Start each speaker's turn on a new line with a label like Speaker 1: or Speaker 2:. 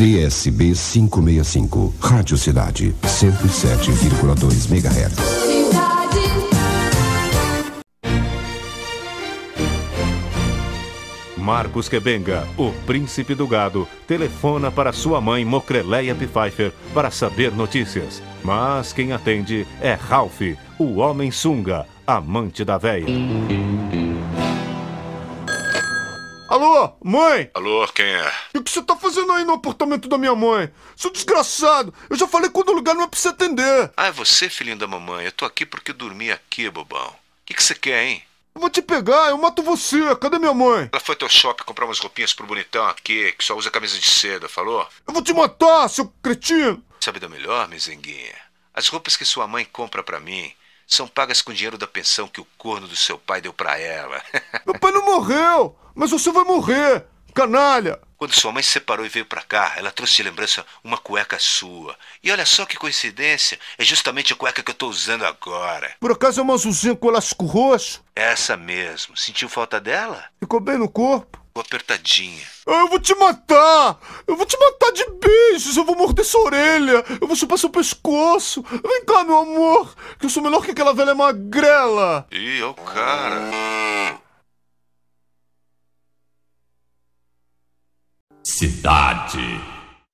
Speaker 1: CSB 565, Rádio Cidade, 107,2 MHz.
Speaker 2: Marcos Quebenga, o príncipe do gado, telefona para sua mãe Mocreleia Pfeiffer para saber notícias. Mas quem atende é Ralph, o homem sunga, amante da véia. Alô, mãe?
Speaker 3: Alô, quem é?
Speaker 2: O que você tá fazendo aí no apartamento da minha mãe? Seu desgraçado, eu já falei quando o lugar não é pra você atender.
Speaker 3: Ah, é você, filhinho da mamãe. Eu tô aqui porque dormi aqui, bobão. O que que você quer, hein?
Speaker 2: Eu vou te pegar, eu mato você. Cadê minha mãe?
Speaker 3: Ela foi até o shopping comprar umas roupinhas pro bonitão aqui, que só usa camisa de seda, falou?
Speaker 2: Eu vou te matar, seu cretino.
Speaker 3: Sabe da melhor, mezenguinha? As roupas que sua mãe compra pra mim são pagas com dinheiro da pensão que o corno do seu pai deu pra ela.
Speaker 2: Meu pai não morreu, mas você vai morrer, canalha.
Speaker 3: Quando sua mãe se separou e veio pra cá, ela trouxe de lembrança uma cueca sua. E olha só que coincidência, é justamente a cueca que eu tô usando agora. É
Speaker 2: Por acaso é uma azulzinha com elástico roxo?
Speaker 3: Essa mesmo. Sentiu falta dela?
Speaker 2: Ficou bem no corpo? Ah,
Speaker 3: Ficou apertadinha.
Speaker 2: Eu vou te matar! Eu vou te matar de beijos! Eu vou morder sua orelha! Eu vou chupar seu pescoço! Vem cá, meu amor! Que eu sou melhor que aquela velha magrela!
Speaker 3: Ih, ó o cara.
Speaker 4: Cidade.